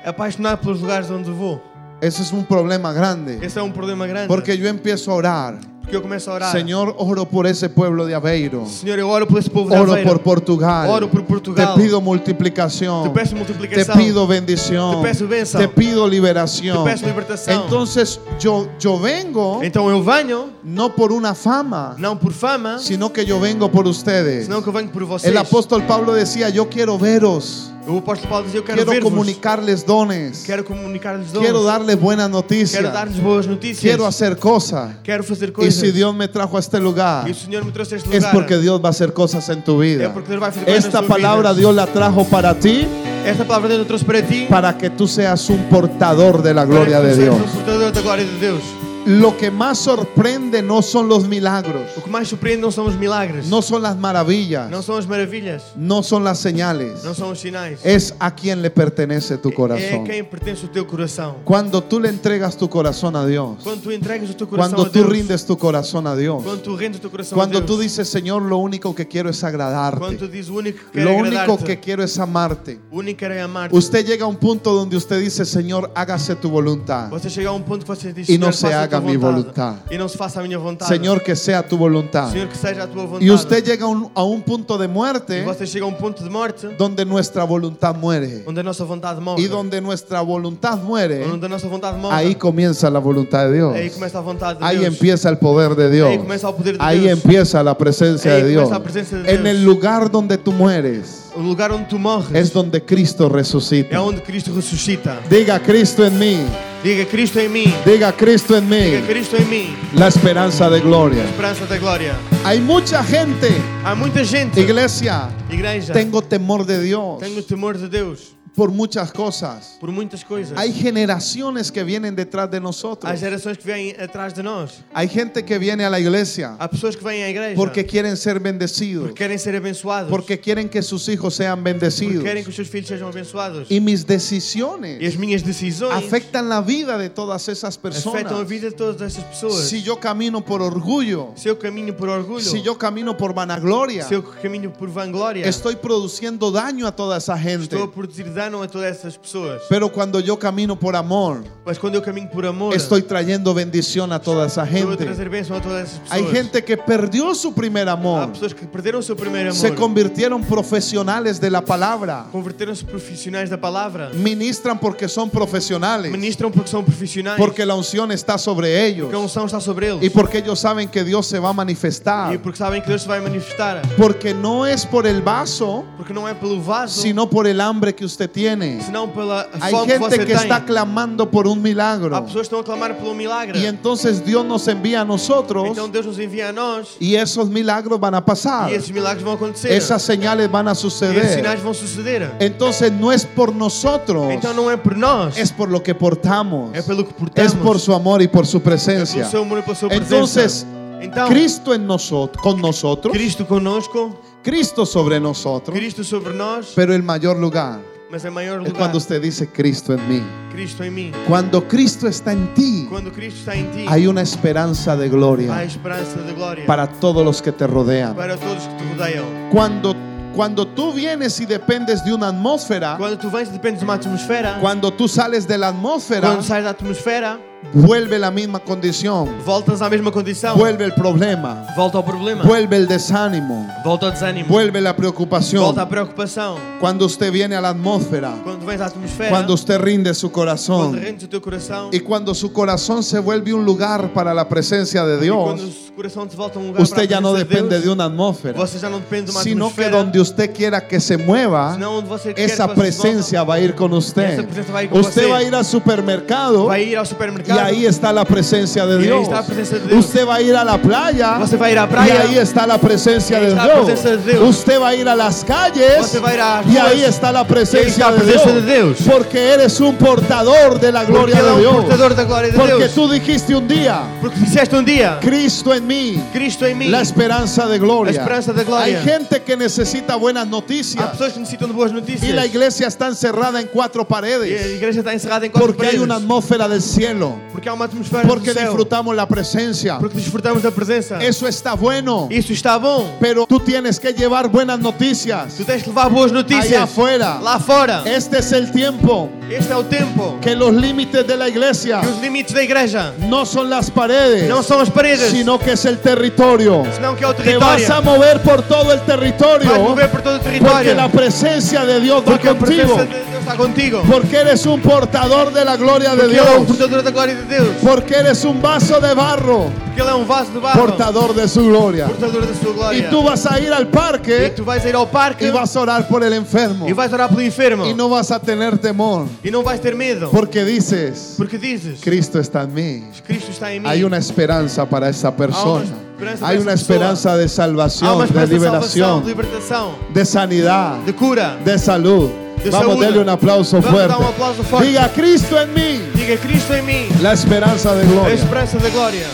[SPEAKER 2] apaixonado pelos lugares onde vou.
[SPEAKER 1] Ese es un problema grande.
[SPEAKER 2] Esse é um problema grande.
[SPEAKER 1] Porque yo empiezo a orar.
[SPEAKER 2] Porque eu começo a orar.
[SPEAKER 1] Señor, oro por ese pueblo de Aveiro.
[SPEAKER 2] Senhor, eu oro por esse povo de
[SPEAKER 1] Oro
[SPEAKER 2] Aveiro.
[SPEAKER 1] por Portugal.
[SPEAKER 2] Oro por Portugal.
[SPEAKER 1] Te pido multiplicación.
[SPEAKER 2] Te peço
[SPEAKER 1] Te
[SPEAKER 2] multiplicação.
[SPEAKER 1] pido bendición.
[SPEAKER 2] Te peço benção.
[SPEAKER 1] Te pido liberación.
[SPEAKER 2] Te peço libertação.
[SPEAKER 1] Entonces yo, yo vengo
[SPEAKER 2] Então eu venho,
[SPEAKER 1] no por una fama,
[SPEAKER 2] não por fama,
[SPEAKER 1] sino que yo vengo por ustedes.
[SPEAKER 2] senão que eu venho por vocês.
[SPEAKER 1] El apóstol Pablo decía, yo quiero veros,
[SPEAKER 2] O apóstolo Paulo diz, eu quero,
[SPEAKER 1] quiero
[SPEAKER 2] ver-vos.
[SPEAKER 1] comunicarles dones,
[SPEAKER 2] Quero comunicar-lhes dons.
[SPEAKER 1] quiero darles buenas noticias,
[SPEAKER 2] Quero dar-lhes boas notícias.
[SPEAKER 1] quiero hacer cosas.
[SPEAKER 2] Quero
[SPEAKER 1] Y
[SPEAKER 2] fazer coisas.
[SPEAKER 1] si Dios me trajo a este lugar,
[SPEAKER 2] E o Senhor me trouxe a este
[SPEAKER 1] es
[SPEAKER 2] lugar.
[SPEAKER 1] porque Dios va a hacer cosas en tu
[SPEAKER 2] É
[SPEAKER 1] vida.
[SPEAKER 2] porque Deus vai fazer coisas
[SPEAKER 1] Esta
[SPEAKER 2] na tua
[SPEAKER 1] palabra
[SPEAKER 2] vida.
[SPEAKER 1] Dios la trajo para ti,
[SPEAKER 2] Esta palavra de Deus eu trouxe para ti.
[SPEAKER 1] para que tú seas un portador de la
[SPEAKER 2] para que
[SPEAKER 1] gloria de
[SPEAKER 2] tu
[SPEAKER 1] Dios.
[SPEAKER 2] sejas um portador da glória de Deus.
[SPEAKER 1] Lo que más sorprende no son los milagros,
[SPEAKER 2] O que mais surpreende não são os milagres.
[SPEAKER 1] no son las maravillas,
[SPEAKER 2] Não são as maravilhas.
[SPEAKER 1] no son las señales.
[SPEAKER 2] Não são os sinais.
[SPEAKER 1] Es a quien le pertenece tu
[SPEAKER 2] É
[SPEAKER 1] corazón.
[SPEAKER 2] quem pertence o teu coração.
[SPEAKER 1] Cuando tú le entregas tu corazón a Dios,
[SPEAKER 2] Quando tu entregas o teu coração
[SPEAKER 1] cuando
[SPEAKER 2] a
[SPEAKER 1] tú
[SPEAKER 2] Deus.
[SPEAKER 1] rindes tu corazón a Dios,
[SPEAKER 2] Quando tu rendes o teu coração a
[SPEAKER 1] cuando
[SPEAKER 2] Deus.
[SPEAKER 1] tú dices, Señor, lo único que quiero es
[SPEAKER 2] Quando tu
[SPEAKER 1] agradarte,
[SPEAKER 2] dizes o único que quer
[SPEAKER 1] lo único
[SPEAKER 2] agradar-te.
[SPEAKER 1] que quiero es amarte.
[SPEAKER 2] O único que quer é amar-te.
[SPEAKER 1] Usted llega a un punto donde usted dice, Señor, hágase tu voluntad.
[SPEAKER 2] Você chega a um ponto que você diz
[SPEAKER 1] E não
[SPEAKER 2] "Senhor,
[SPEAKER 1] se
[SPEAKER 2] faça a
[SPEAKER 1] haga
[SPEAKER 2] tua
[SPEAKER 1] a minha vontade.
[SPEAKER 2] E não se faça a minha vontade.
[SPEAKER 1] Señor, que sea tu voluntad.
[SPEAKER 2] Senhor, que seja a tua vontade.
[SPEAKER 1] Y usted llega a un, a un punto de
[SPEAKER 2] E
[SPEAKER 1] muerte
[SPEAKER 2] você chega a um ponto de morte
[SPEAKER 1] donde nuestra voluntad muere.
[SPEAKER 2] onde a nossa vontade morre.
[SPEAKER 1] Y donde nuestra voluntad muere,
[SPEAKER 2] Onde a nossa vontade morre.
[SPEAKER 1] ahí comienza la voluntad de Dios.
[SPEAKER 2] Aí começa a vontade de
[SPEAKER 1] Ahí
[SPEAKER 2] Deus.
[SPEAKER 1] empieza el poder de Dios.
[SPEAKER 2] Ahí comienza el poder de
[SPEAKER 1] Ahí
[SPEAKER 2] Dios.
[SPEAKER 1] empieza la presencia
[SPEAKER 2] Ahí
[SPEAKER 1] de Dios.
[SPEAKER 2] comienza la presencia de
[SPEAKER 1] En
[SPEAKER 2] Dios.
[SPEAKER 1] el lugar donde tú mueres
[SPEAKER 2] O lugar onde tu morres
[SPEAKER 1] es donde Cristo
[SPEAKER 2] é
[SPEAKER 1] resucita.
[SPEAKER 2] onde Cristo ressuscita.
[SPEAKER 1] Diga Cristo en mí.
[SPEAKER 2] Diga Cristo em mí.
[SPEAKER 1] Diga Cristo en
[SPEAKER 2] Diga
[SPEAKER 1] mí.
[SPEAKER 2] Cristo em mim.
[SPEAKER 1] La esperanza de gloria.
[SPEAKER 2] Esperança da glória.
[SPEAKER 1] Hay mucha gente,
[SPEAKER 2] Há muita gente.
[SPEAKER 1] iglesia.
[SPEAKER 2] Igreja.
[SPEAKER 1] Tengo temor de Dios
[SPEAKER 2] Tenho temor de Deus
[SPEAKER 1] por muchas cosas.
[SPEAKER 2] por muitas coisas.
[SPEAKER 1] Hay generaciones que vienen detrás de
[SPEAKER 2] Há
[SPEAKER 1] nosotros.
[SPEAKER 2] gerações que vêm atrás de nós.
[SPEAKER 1] Hay gente que viene a la iglesia
[SPEAKER 2] Há pessoas que vêm à igreja
[SPEAKER 1] porque quieren ser bendecidos,
[SPEAKER 2] porque querem ser abençoados.
[SPEAKER 1] porque é quieren que sus hijos sean
[SPEAKER 2] porque
[SPEAKER 1] bendecidos.
[SPEAKER 2] querem que os seus filhos sejam abençoados.
[SPEAKER 1] Y mis
[SPEAKER 2] E
[SPEAKER 1] decisiones
[SPEAKER 2] as minhas decisões
[SPEAKER 1] afectan la vida de todas esas
[SPEAKER 2] afetam a
[SPEAKER 1] personas.
[SPEAKER 2] vida de todas essas pessoas.
[SPEAKER 1] Si yo camino por orgullo,
[SPEAKER 2] Se eu caminho por orgulho,
[SPEAKER 1] si yo camino por vanagloria,
[SPEAKER 2] se eu caminho por vanglória,
[SPEAKER 1] estoy produciendo daño a toda esa gente.
[SPEAKER 2] estou a produzir dano a todas essas pessoas.
[SPEAKER 1] Pero cuando yo camino por amor,
[SPEAKER 2] Mas quando eu caminho por amor,
[SPEAKER 1] estoy trayendo bendición a toda esa
[SPEAKER 2] estou a
[SPEAKER 1] gente.
[SPEAKER 2] trazer bênção a todas essas pessoas.
[SPEAKER 1] Hay gente é que perdió su primer
[SPEAKER 2] Há
[SPEAKER 1] amor,
[SPEAKER 2] pessoas que perderam o seu primeiro amor,
[SPEAKER 1] se convirtieron profesionales de la palabra,
[SPEAKER 2] converteram-se profissionais da palavra,
[SPEAKER 1] ministran porque son profesionales,
[SPEAKER 2] ministram porque são profissionais,
[SPEAKER 1] porque la unción está sobre ellos
[SPEAKER 2] porque a unção está sobre eles
[SPEAKER 1] y porque ellos saben que Dios se va a
[SPEAKER 2] e
[SPEAKER 1] manifestar.
[SPEAKER 2] porque sabem que Deus se vai manifestar.
[SPEAKER 1] Porque no es por el vaso,
[SPEAKER 2] Porque não é pelo vaso,
[SPEAKER 1] sino por el hambre que usted tiene.
[SPEAKER 2] senão pela
[SPEAKER 1] Hay
[SPEAKER 2] fome que
[SPEAKER 1] gente
[SPEAKER 2] você
[SPEAKER 1] que
[SPEAKER 2] tem.
[SPEAKER 1] está clamando por un
[SPEAKER 2] Há
[SPEAKER 1] milagro.
[SPEAKER 2] pessoas que estão a clamar pelo milagre.
[SPEAKER 1] Y entonces Dios nos envía a nosotros
[SPEAKER 2] Então Deus nos envia a nós
[SPEAKER 1] y esos milagros van a pasar.
[SPEAKER 2] e esses milagres vão acontecer.
[SPEAKER 1] Esas señales van a
[SPEAKER 2] esses
[SPEAKER 1] é suceder. É
[SPEAKER 2] sinais vão suceder.
[SPEAKER 1] Entonces no es por nosotros,
[SPEAKER 2] Então não é por nós,
[SPEAKER 1] es por lo que portamos.
[SPEAKER 2] é pelo que
[SPEAKER 1] Es
[SPEAKER 2] portamos.
[SPEAKER 1] por su amor y por su
[SPEAKER 2] é pelo
[SPEAKER 1] presencia.
[SPEAKER 2] seu amor e pela sua
[SPEAKER 1] Entonces,
[SPEAKER 2] presença. Então,
[SPEAKER 1] Cristo en nosotros, con nosotros,
[SPEAKER 2] Cristo conosco,
[SPEAKER 1] Cristo sobre nosotros,
[SPEAKER 2] Cristo sobre nós,
[SPEAKER 1] pero el mayor lugar
[SPEAKER 2] mas é maior
[SPEAKER 1] es
[SPEAKER 2] lugar.
[SPEAKER 1] cuando usted dice Cristo en mí.
[SPEAKER 2] Cristo em mim.
[SPEAKER 1] Cuando Cristo está en ti,
[SPEAKER 2] Quando Cristo está em ti,
[SPEAKER 1] hay una esperanza de
[SPEAKER 2] há
[SPEAKER 1] gloria
[SPEAKER 2] esperança de glória
[SPEAKER 1] para todos los que te rodean.
[SPEAKER 2] para todos que te rodeiam.
[SPEAKER 1] Cuando, cuando tú vienes y dependes de una atmósfera,
[SPEAKER 2] Quando tu vens, depende de uma atmosfera.
[SPEAKER 1] cuando tú sales de la atmósfera,
[SPEAKER 2] Quando sais da atmosfera,
[SPEAKER 1] vuelve la misma condición,
[SPEAKER 2] voltas à mesma condição.
[SPEAKER 1] vuelve el problema,
[SPEAKER 2] Volta ao problema.
[SPEAKER 1] vuelve el desánimo,
[SPEAKER 2] Volta ao desânimo.
[SPEAKER 1] vuelve la
[SPEAKER 2] Volta à
[SPEAKER 1] preocupación.
[SPEAKER 2] preocupação.
[SPEAKER 1] Cuando usted viene a la atmósfera,
[SPEAKER 2] Quando vens à atmosfera,
[SPEAKER 1] cuando usted rinde su
[SPEAKER 2] quando
[SPEAKER 1] corazón
[SPEAKER 2] rendes o teu coração,
[SPEAKER 1] y cuando su corazón se vuelve un lugar para la presencia de
[SPEAKER 2] quando
[SPEAKER 1] Dios,
[SPEAKER 2] o coração te volta a um lugar para
[SPEAKER 1] Usted
[SPEAKER 2] a
[SPEAKER 1] ya no
[SPEAKER 2] presença de
[SPEAKER 1] depende
[SPEAKER 2] Deus.
[SPEAKER 1] de una atmósfera,
[SPEAKER 2] Você já não depende de uma
[SPEAKER 1] sino que é.
[SPEAKER 2] atmosfera.
[SPEAKER 1] donde usted quiera que se mueva,
[SPEAKER 2] Senão onde você quer
[SPEAKER 1] esa
[SPEAKER 2] que você se
[SPEAKER 1] presencia va a ir con usted.
[SPEAKER 2] Esa presencia va a ir con
[SPEAKER 1] Usted
[SPEAKER 2] usted.
[SPEAKER 1] va a ir al supermercado
[SPEAKER 2] volta. Vai ir ao
[SPEAKER 1] y
[SPEAKER 2] supermercado.
[SPEAKER 1] ahí está la presencia de
[SPEAKER 2] Y ahí
[SPEAKER 1] Dios.
[SPEAKER 2] está la presencia de Dios.
[SPEAKER 1] Usted va a ir a la playa
[SPEAKER 2] Você vai ir à
[SPEAKER 1] y
[SPEAKER 2] praia.
[SPEAKER 1] ahí está la presencia
[SPEAKER 2] Y ahí
[SPEAKER 1] de
[SPEAKER 2] está la presencia de
[SPEAKER 1] Dios.
[SPEAKER 2] Dios.
[SPEAKER 1] Usted va a ir a las calles
[SPEAKER 2] Usted va a ir a las
[SPEAKER 1] y
[SPEAKER 2] ruas.
[SPEAKER 1] ahí está la
[SPEAKER 2] Y
[SPEAKER 1] presencia
[SPEAKER 2] ahí está la presencia
[SPEAKER 1] de
[SPEAKER 2] de Dios.
[SPEAKER 1] Dios. Porque eres un portador de la
[SPEAKER 2] Porque
[SPEAKER 1] gloria
[SPEAKER 2] é
[SPEAKER 1] de
[SPEAKER 2] um
[SPEAKER 1] Dios.
[SPEAKER 2] portador da glória de
[SPEAKER 1] Porque
[SPEAKER 2] Deus.
[SPEAKER 1] tú dijiste un día,
[SPEAKER 2] Porque disseste um dia,
[SPEAKER 1] Cristo en mí.
[SPEAKER 2] Cristo em mim.
[SPEAKER 1] La esperanza de gloria.
[SPEAKER 2] La esperanza de gloria.
[SPEAKER 1] Hay gente que necesita buenas
[SPEAKER 2] Há
[SPEAKER 1] noticias
[SPEAKER 2] pessoas que necessitam de boas
[SPEAKER 1] y
[SPEAKER 2] notícias.
[SPEAKER 1] la iglesia está encerrada en cuatro
[SPEAKER 2] E a
[SPEAKER 1] paredes
[SPEAKER 2] igreja está encerrada em quatro
[SPEAKER 1] porque hay
[SPEAKER 2] paredes.
[SPEAKER 1] una atmósfera del cielo,
[SPEAKER 2] Porque há uma atmosfera
[SPEAKER 1] porque É
[SPEAKER 2] do céu.
[SPEAKER 1] disfrutamos la presencia.
[SPEAKER 2] Porque desfrutamos da presença.
[SPEAKER 1] Eso está bueno,
[SPEAKER 2] Isso está bom.
[SPEAKER 1] pero tú tienes que llevar buenas noticias
[SPEAKER 2] Tu tens de levar boas notícias.
[SPEAKER 1] allá afuera. É.
[SPEAKER 2] Lá fora.
[SPEAKER 1] Este es el tiempo
[SPEAKER 2] Este é o tempo.
[SPEAKER 1] que los límites de la iglesia
[SPEAKER 2] Que os limites da igreja
[SPEAKER 1] no son las paredes,
[SPEAKER 2] não são as paredes,
[SPEAKER 1] sino que es el territorio.
[SPEAKER 2] senão que é o
[SPEAKER 1] Te vas a
[SPEAKER 2] território.
[SPEAKER 1] mover por todo el
[SPEAKER 2] Vai
[SPEAKER 1] territorio
[SPEAKER 2] mover por todo o
[SPEAKER 1] Porque é
[SPEAKER 2] território.
[SPEAKER 1] la presencia de Dios va
[SPEAKER 2] Porque a
[SPEAKER 1] é contigo.
[SPEAKER 2] presença de Deus está contigo.
[SPEAKER 1] Porque eres un portador de la gloria de
[SPEAKER 2] Porque Ele é o
[SPEAKER 1] Dios.
[SPEAKER 2] portador da glória de Deus.
[SPEAKER 1] Porque eres un vaso de barro,
[SPEAKER 2] Porque Ele é um vaso de barro.
[SPEAKER 1] portador de su gloria.
[SPEAKER 2] Portador da sua
[SPEAKER 1] Y
[SPEAKER 2] glória.
[SPEAKER 1] tú vas a ir al
[SPEAKER 2] E
[SPEAKER 1] parque
[SPEAKER 2] tu vais ir ao parque
[SPEAKER 1] y vas a orar por el enfermo.
[SPEAKER 2] e vais orar pelo enfermo.
[SPEAKER 1] Y no vas a tener temor.
[SPEAKER 2] E não vais ter medo.
[SPEAKER 1] Porque dices,
[SPEAKER 2] Porque dizes,
[SPEAKER 1] Cristo está en mí.
[SPEAKER 2] Cristo está em mim.
[SPEAKER 1] Hay una esperanza para esa persona.
[SPEAKER 2] esperanza para
[SPEAKER 1] Hay
[SPEAKER 2] esa
[SPEAKER 1] una
[SPEAKER 2] persona.
[SPEAKER 1] esperanza de
[SPEAKER 2] Há uma
[SPEAKER 1] salvación, de
[SPEAKER 2] esperança de salvação,
[SPEAKER 1] liberación,
[SPEAKER 2] de libertação,
[SPEAKER 1] de sanidad,
[SPEAKER 2] de cura.
[SPEAKER 1] de salud.
[SPEAKER 2] De
[SPEAKER 1] Vamos,
[SPEAKER 2] salud.
[SPEAKER 1] denle un aplauso
[SPEAKER 2] Vamos dar
[SPEAKER 1] fuerte.
[SPEAKER 2] un aplauso fuerte.
[SPEAKER 1] Diga, Cristo en mí.
[SPEAKER 2] Diga Cristo em mim.
[SPEAKER 1] La esperanza de
[SPEAKER 2] A
[SPEAKER 1] gloria.
[SPEAKER 2] esperança da glória.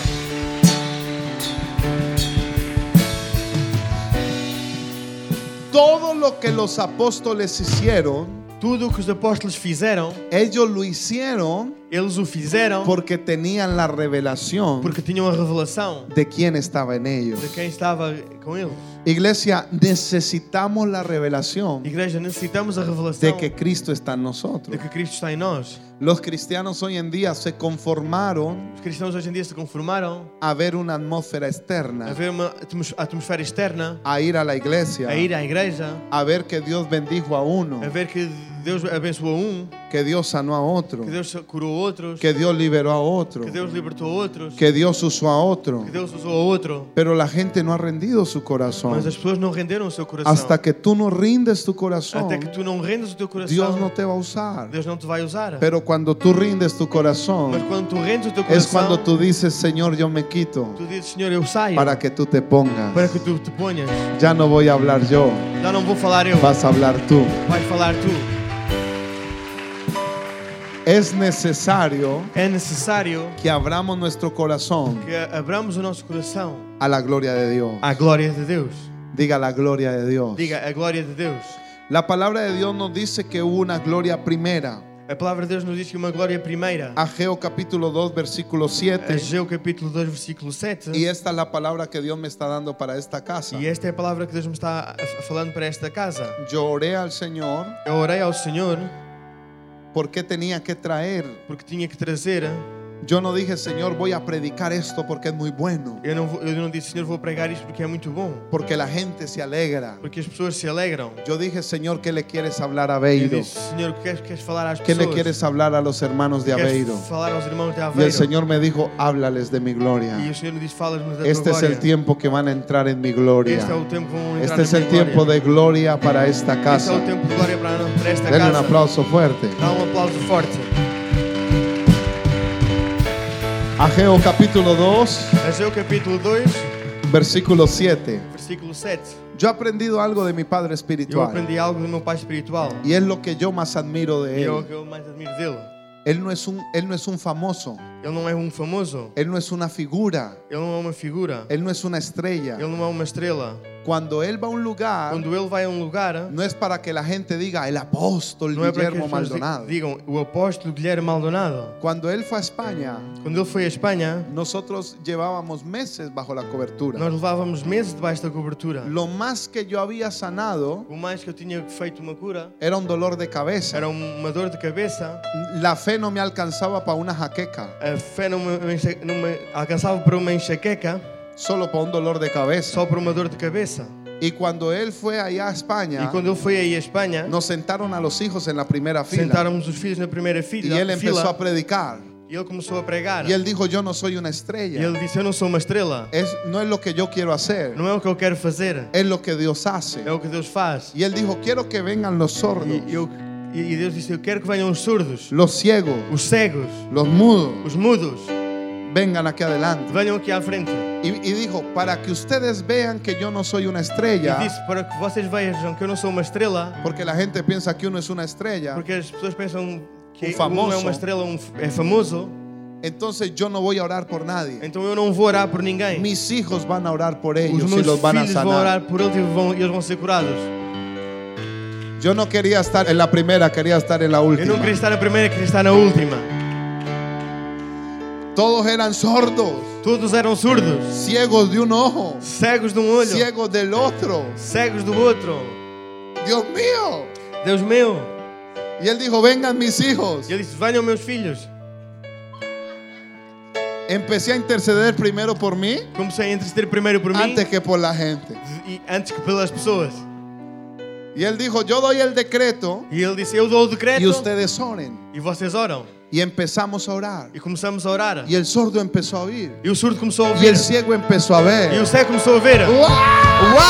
[SPEAKER 1] Todo lo que los apóstoles hicieron,
[SPEAKER 2] Tudo o que os apóstolos fizeram,
[SPEAKER 1] ellos lo hicieron
[SPEAKER 2] eles o fizeram
[SPEAKER 1] porque tenían la revelación
[SPEAKER 2] porque tinham a revelação
[SPEAKER 1] de quién estaba en ellos.
[SPEAKER 2] de quem estava com eles.
[SPEAKER 1] Iglesia, necesitamos la revelación
[SPEAKER 2] Igreja, necessitamos a revelação
[SPEAKER 1] de que Cristo está en
[SPEAKER 2] de
[SPEAKER 1] nosotros.
[SPEAKER 2] que Cristo está em nós.
[SPEAKER 1] Los cristianos hoy en día se conformaron
[SPEAKER 2] Os cristãos hoje em dia se conformaram
[SPEAKER 1] a ver una atmósfera
[SPEAKER 2] a
[SPEAKER 1] externa,
[SPEAKER 2] ver uma atmos- atmosfera externa,
[SPEAKER 1] a ir a la iglesia,
[SPEAKER 2] a ir à igreja,
[SPEAKER 1] a ver que Dios bendijo a uno,
[SPEAKER 2] a ver que Deus abençoou um,
[SPEAKER 1] que Dios sanó a otro,
[SPEAKER 2] que Deus curou outros,
[SPEAKER 1] que Dios liberó a otro,
[SPEAKER 2] que Deus libertou outros, que
[SPEAKER 1] que Dios usó a otro.
[SPEAKER 2] Deus usou a outro.
[SPEAKER 1] Pero la gente no ha rendido Pues su
[SPEAKER 2] Mas as
[SPEAKER 1] corazón.
[SPEAKER 2] pessoas não renderam o seu coração.
[SPEAKER 1] Hasta que tú no rindes tu
[SPEAKER 2] Até que
[SPEAKER 1] corazón,
[SPEAKER 2] tu não rendas o teu coração,
[SPEAKER 1] Dios no te va a usar.
[SPEAKER 2] Deus não te vai usar.
[SPEAKER 1] Pero cuando tú rindes tu
[SPEAKER 2] Mas
[SPEAKER 1] corazón,
[SPEAKER 2] quando tu rendes o teu
[SPEAKER 1] es
[SPEAKER 2] coração,
[SPEAKER 1] cuando tú dices, Señor, yo me quito, Pues
[SPEAKER 2] tu dizes, Senhor, eu saio
[SPEAKER 1] para que tú te pongas.
[SPEAKER 2] para que tu te ponhas.
[SPEAKER 1] Ya no voy a hablar yo,
[SPEAKER 2] Já não vou falar eu,
[SPEAKER 1] vas a hablar tú.
[SPEAKER 2] vai falar tu.
[SPEAKER 1] Es necesario
[SPEAKER 2] É necessário
[SPEAKER 1] que abramos nuestro corazón
[SPEAKER 2] que abramos o nosso coração
[SPEAKER 1] a la gloria de Dios.
[SPEAKER 2] à glória de Deus.
[SPEAKER 1] Diga la gloria de Dios.
[SPEAKER 2] Diga, a glória de Deus.
[SPEAKER 1] La palabra de Dios nos dice que hubo una gloria primera.
[SPEAKER 2] A palavra de Deus nos diz que uma glória primeira.
[SPEAKER 1] Ageo capítulo 2, versículo
[SPEAKER 2] A
[SPEAKER 1] 7.
[SPEAKER 2] Geu capítulo 2, versículo 7.
[SPEAKER 1] Y esta es la palabra que Dios me está dando para esta casa.
[SPEAKER 2] E esta é a palavra que Deus me está a- a- falando para esta casa.
[SPEAKER 1] Yo oré al Señor
[SPEAKER 2] Eu orei ao Senhor
[SPEAKER 1] porque tenía que traer.
[SPEAKER 2] porque tinha que trazer.
[SPEAKER 1] Yo no dije, Señor, voy a predicar esto porque es muy bueno,
[SPEAKER 2] Eu não, vou- eu não disse, Senhor, vou pregar isto porque é muito bom.
[SPEAKER 1] porque la gente se alegra.
[SPEAKER 2] Porque as pessoas se alegram.
[SPEAKER 1] Yo dije, Señor, ¿qué le quieres hablar a
[SPEAKER 2] Eu
[SPEAKER 1] Aveiro?
[SPEAKER 2] disse, Senhor, o que queres, queres falar às
[SPEAKER 1] ¿Qué
[SPEAKER 2] pessoas?
[SPEAKER 1] le quieres hablar a los hermanos de
[SPEAKER 2] Queres
[SPEAKER 1] Aveiro?
[SPEAKER 2] falar aos irmãos de
[SPEAKER 1] Y
[SPEAKER 2] Aveiro?
[SPEAKER 1] el Señor me dijo, háblales de mi
[SPEAKER 2] E
[SPEAKER 1] gloria.
[SPEAKER 2] o Senhor nos diz, fala-nos da
[SPEAKER 1] Este é
[SPEAKER 2] tua
[SPEAKER 1] es
[SPEAKER 2] glória.
[SPEAKER 1] el tiempo que van a entrar en mi
[SPEAKER 2] Este é
[SPEAKER 1] gloria.
[SPEAKER 2] o tempo que vão entrar
[SPEAKER 1] Este es
[SPEAKER 2] na
[SPEAKER 1] el
[SPEAKER 2] minha
[SPEAKER 1] tiempo
[SPEAKER 2] glória.
[SPEAKER 1] de gloria para esta
[SPEAKER 2] Este é
[SPEAKER 1] casa.
[SPEAKER 2] o tempo de glória para, nós- para esta
[SPEAKER 1] Denle un
[SPEAKER 2] casa.
[SPEAKER 1] aplauso fuerte.
[SPEAKER 2] Dá um aplauso forte.
[SPEAKER 1] Ageo capítulo 2,
[SPEAKER 2] Ageu capítulo 2,
[SPEAKER 1] versículo 7.
[SPEAKER 2] versículo 7.
[SPEAKER 1] Yo he aprendido algo de mi padre
[SPEAKER 2] Eu
[SPEAKER 1] espiritual
[SPEAKER 2] aprendi algo do meu pai espiritual.
[SPEAKER 1] y es lo que yo más admiro
[SPEAKER 2] E
[SPEAKER 1] de
[SPEAKER 2] é o que
[SPEAKER 1] él.
[SPEAKER 2] eu mais admiro dele.
[SPEAKER 1] Él no es un, él no es un famoso,
[SPEAKER 2] Ele não é um famoso.
[SPEAKER 1] él no es una figura,
[SPEAKER 2] Ele não é uma figura.
[SPEAKER 1] él no es una estrella.
[SPEAKER 2] Ele não é uma estrela.
[SPEAKER 1] Cuando él va a un lugar,
[SPEAKER 2] Quando ele vai a um lugar, não
[SPEAKER 1] no es para que la gente diga el apóstol
[SPEAKER 2] é para que
[SPEAKER 1] Guillermo
[SPEAKER 2] as pessoas di-
[SPEAKER 1] Maldonado.
[SPEAKER 2] digam o apóstolo Guilherme Maldonado.
[SPEAKER 1] Cuando él fue a España,
[SPEAKER 2] Quando ele foi à Espanha,
[SPEAKER 1] nosotros llevábamos meses bajo la cobertura.
[SPEAKER 2] nós levávamos meses debaixo da cobertura.
[SPEAKER 1] Lo más que yo había sanado
[SPEAKER 2] O mais que eu tinha feito uma cura
[SPEAKER 1] era un dolor de cabeza.
[SPEAKER 2] era uma dor de cabeça.
[SPEAKER 1] La fe no me alcanzaba para una jaqueca,
[SPEAKER 2] A fé não me, me enche- não me alcançava para uma enxaqueca,
[SPEAKER 1] solo para un dolor de cabeza.
[SPEAKER 2] só para uma dor de cabeça.
[SPEAKER 1] Y cuando él fue allá a
[SPEAKER 2] E
[SPEAKER 1] España,
[SPEAKER 2] quando ele foi aí à Espanha,
[SPEAKER 1] nos sentaron a los hijos en la primera fila
[SPEAKER 2] sentáramos os filhos na primeira
[SPEAKER 1] y
[SPEAKER 2] fila.
[SPEAKER 1] él empezó
[SPEAKER 2] fila
[SPEAKER 1] a predicar.
[SPEAKER 2] e E ele começou a pregar.
[SPEAKER 1] Y él dijo, yo no soy una
[SPEAKER 2] E
[SPEAKER 1] estrella.
[SPEAKER 2] ele disse: Eu não sou uma estrela.
[SPEAKER 1] Es, no es lo que yo quiero hacer,
[SPEAKER 2] Não é o que eu quero fazer.
[SPEAKER 1] es lo que Dios hace.
[SPEAKER 2] É o que Deus faz.
[SPEAKER 1] Y él dijo, quiero que vengan los sordos,
[SPEAKER 2] E, eu, e e Deus disse: Eu quero que venham os surdos,
[SPEAKER 1] los ciegos,
[SPEAKER 2] os cegos,
[SPEAKER 1] los mudos,
[SPEAKER 2] os mudos.
[SPEAKER 1] vengan aquí adelante.
[SPEAKER 2] Venham aqui à frente.
[SPEAKER 1] Y, y dijo, para que ustedes vean que yo no soy una
[SPEAKER 2] E
[SPEAKER 1] estrella,
[SPEAKER 2] disse: Para que vocês vejam que eu não sou uma estrela,
[SPEAKER 1] porque la gente piensa que uno es una estrella,
[SPEAKER 2] porque as pessoas pensam que
[SPEAKER 1] Um
[SPEAKER 2] um
[SPEAKER 1] famoso.
[SPEAKER 2] é uma estrela, um f- é famoso.
[SPEAKER 1] entonces yo no voy a orar por nadie.
[SPEAKER 2] Então eu não vou orar por ninguém.
[SPEAKER 1] Mis hijos van a orar por
[SPEAKER 2] Os
[SPEAKER 1] ellos y
[SPEAKER 2] meus
[SPEAKER 1] los van a
[SPEAKER 2] filhos vão
[SPEAKER 1] sanar.
[SPEAKER 2] orar por eles e vão, eles vão ser curados.
[SPEAKER 1] Yo no quería estar en la primera, quería estar en la
[SPEAKER 2] Eu não
[SPEAKER 1] última.
[SPEAKER 2] queria estar na primeira, queria estar na última.
[SPEAKER 1] Todos eran sordos,
[SPEAKER 2] Todos eram surdos,
[SPEAKER 1] ciegos de un ojo,
[SPEAKER 2] cegos de um olho,
[SPEAKER 1] ciegos del otro.
[SPEAKER 2] cegos do outro.
[SPEAKER 1] Dios mío.
[SPEAKER 2] Deus meu.
[SPEAKER 1] Y él dijo, vengan mis hijos.
[SPEAKER 2] E ele disse: Venham, meus filhos.
[SPEAKER 1] Empecé a interceder primero por mí
[SPEAKER 2] Comecei a interceder é primeiro por mim
[SPEAKER 1] antes que por la gente.
[SPEAKER 2] e antes que pelas pessoas.
[SPEAKER 1] Y él dijo, yo doy el decreto
[SPEAKER 2] E ele disse: Eu dou o decreto
[SPEAKER 1] y ustedes oren.
[SPEAKER 2] e vocês oram.
[SPEAKER 1] Y empezamos a orar.
[SPEAKER 2] E começamos a orar.
[SPEAKER 1] Y el sordo empezó a oír.
[SPEAKER 2] E o surdo começou a
[SPEAKER 1] Y
[SPEAKER 2] ouvir.
[SPEAKER 1] el ciego empezó a
[SPEAKER 2] E o
[SPEAKER 1] ver.
[SPEAKER 2] cego começou a ver.
[SPEAKER 1] ¡Wow!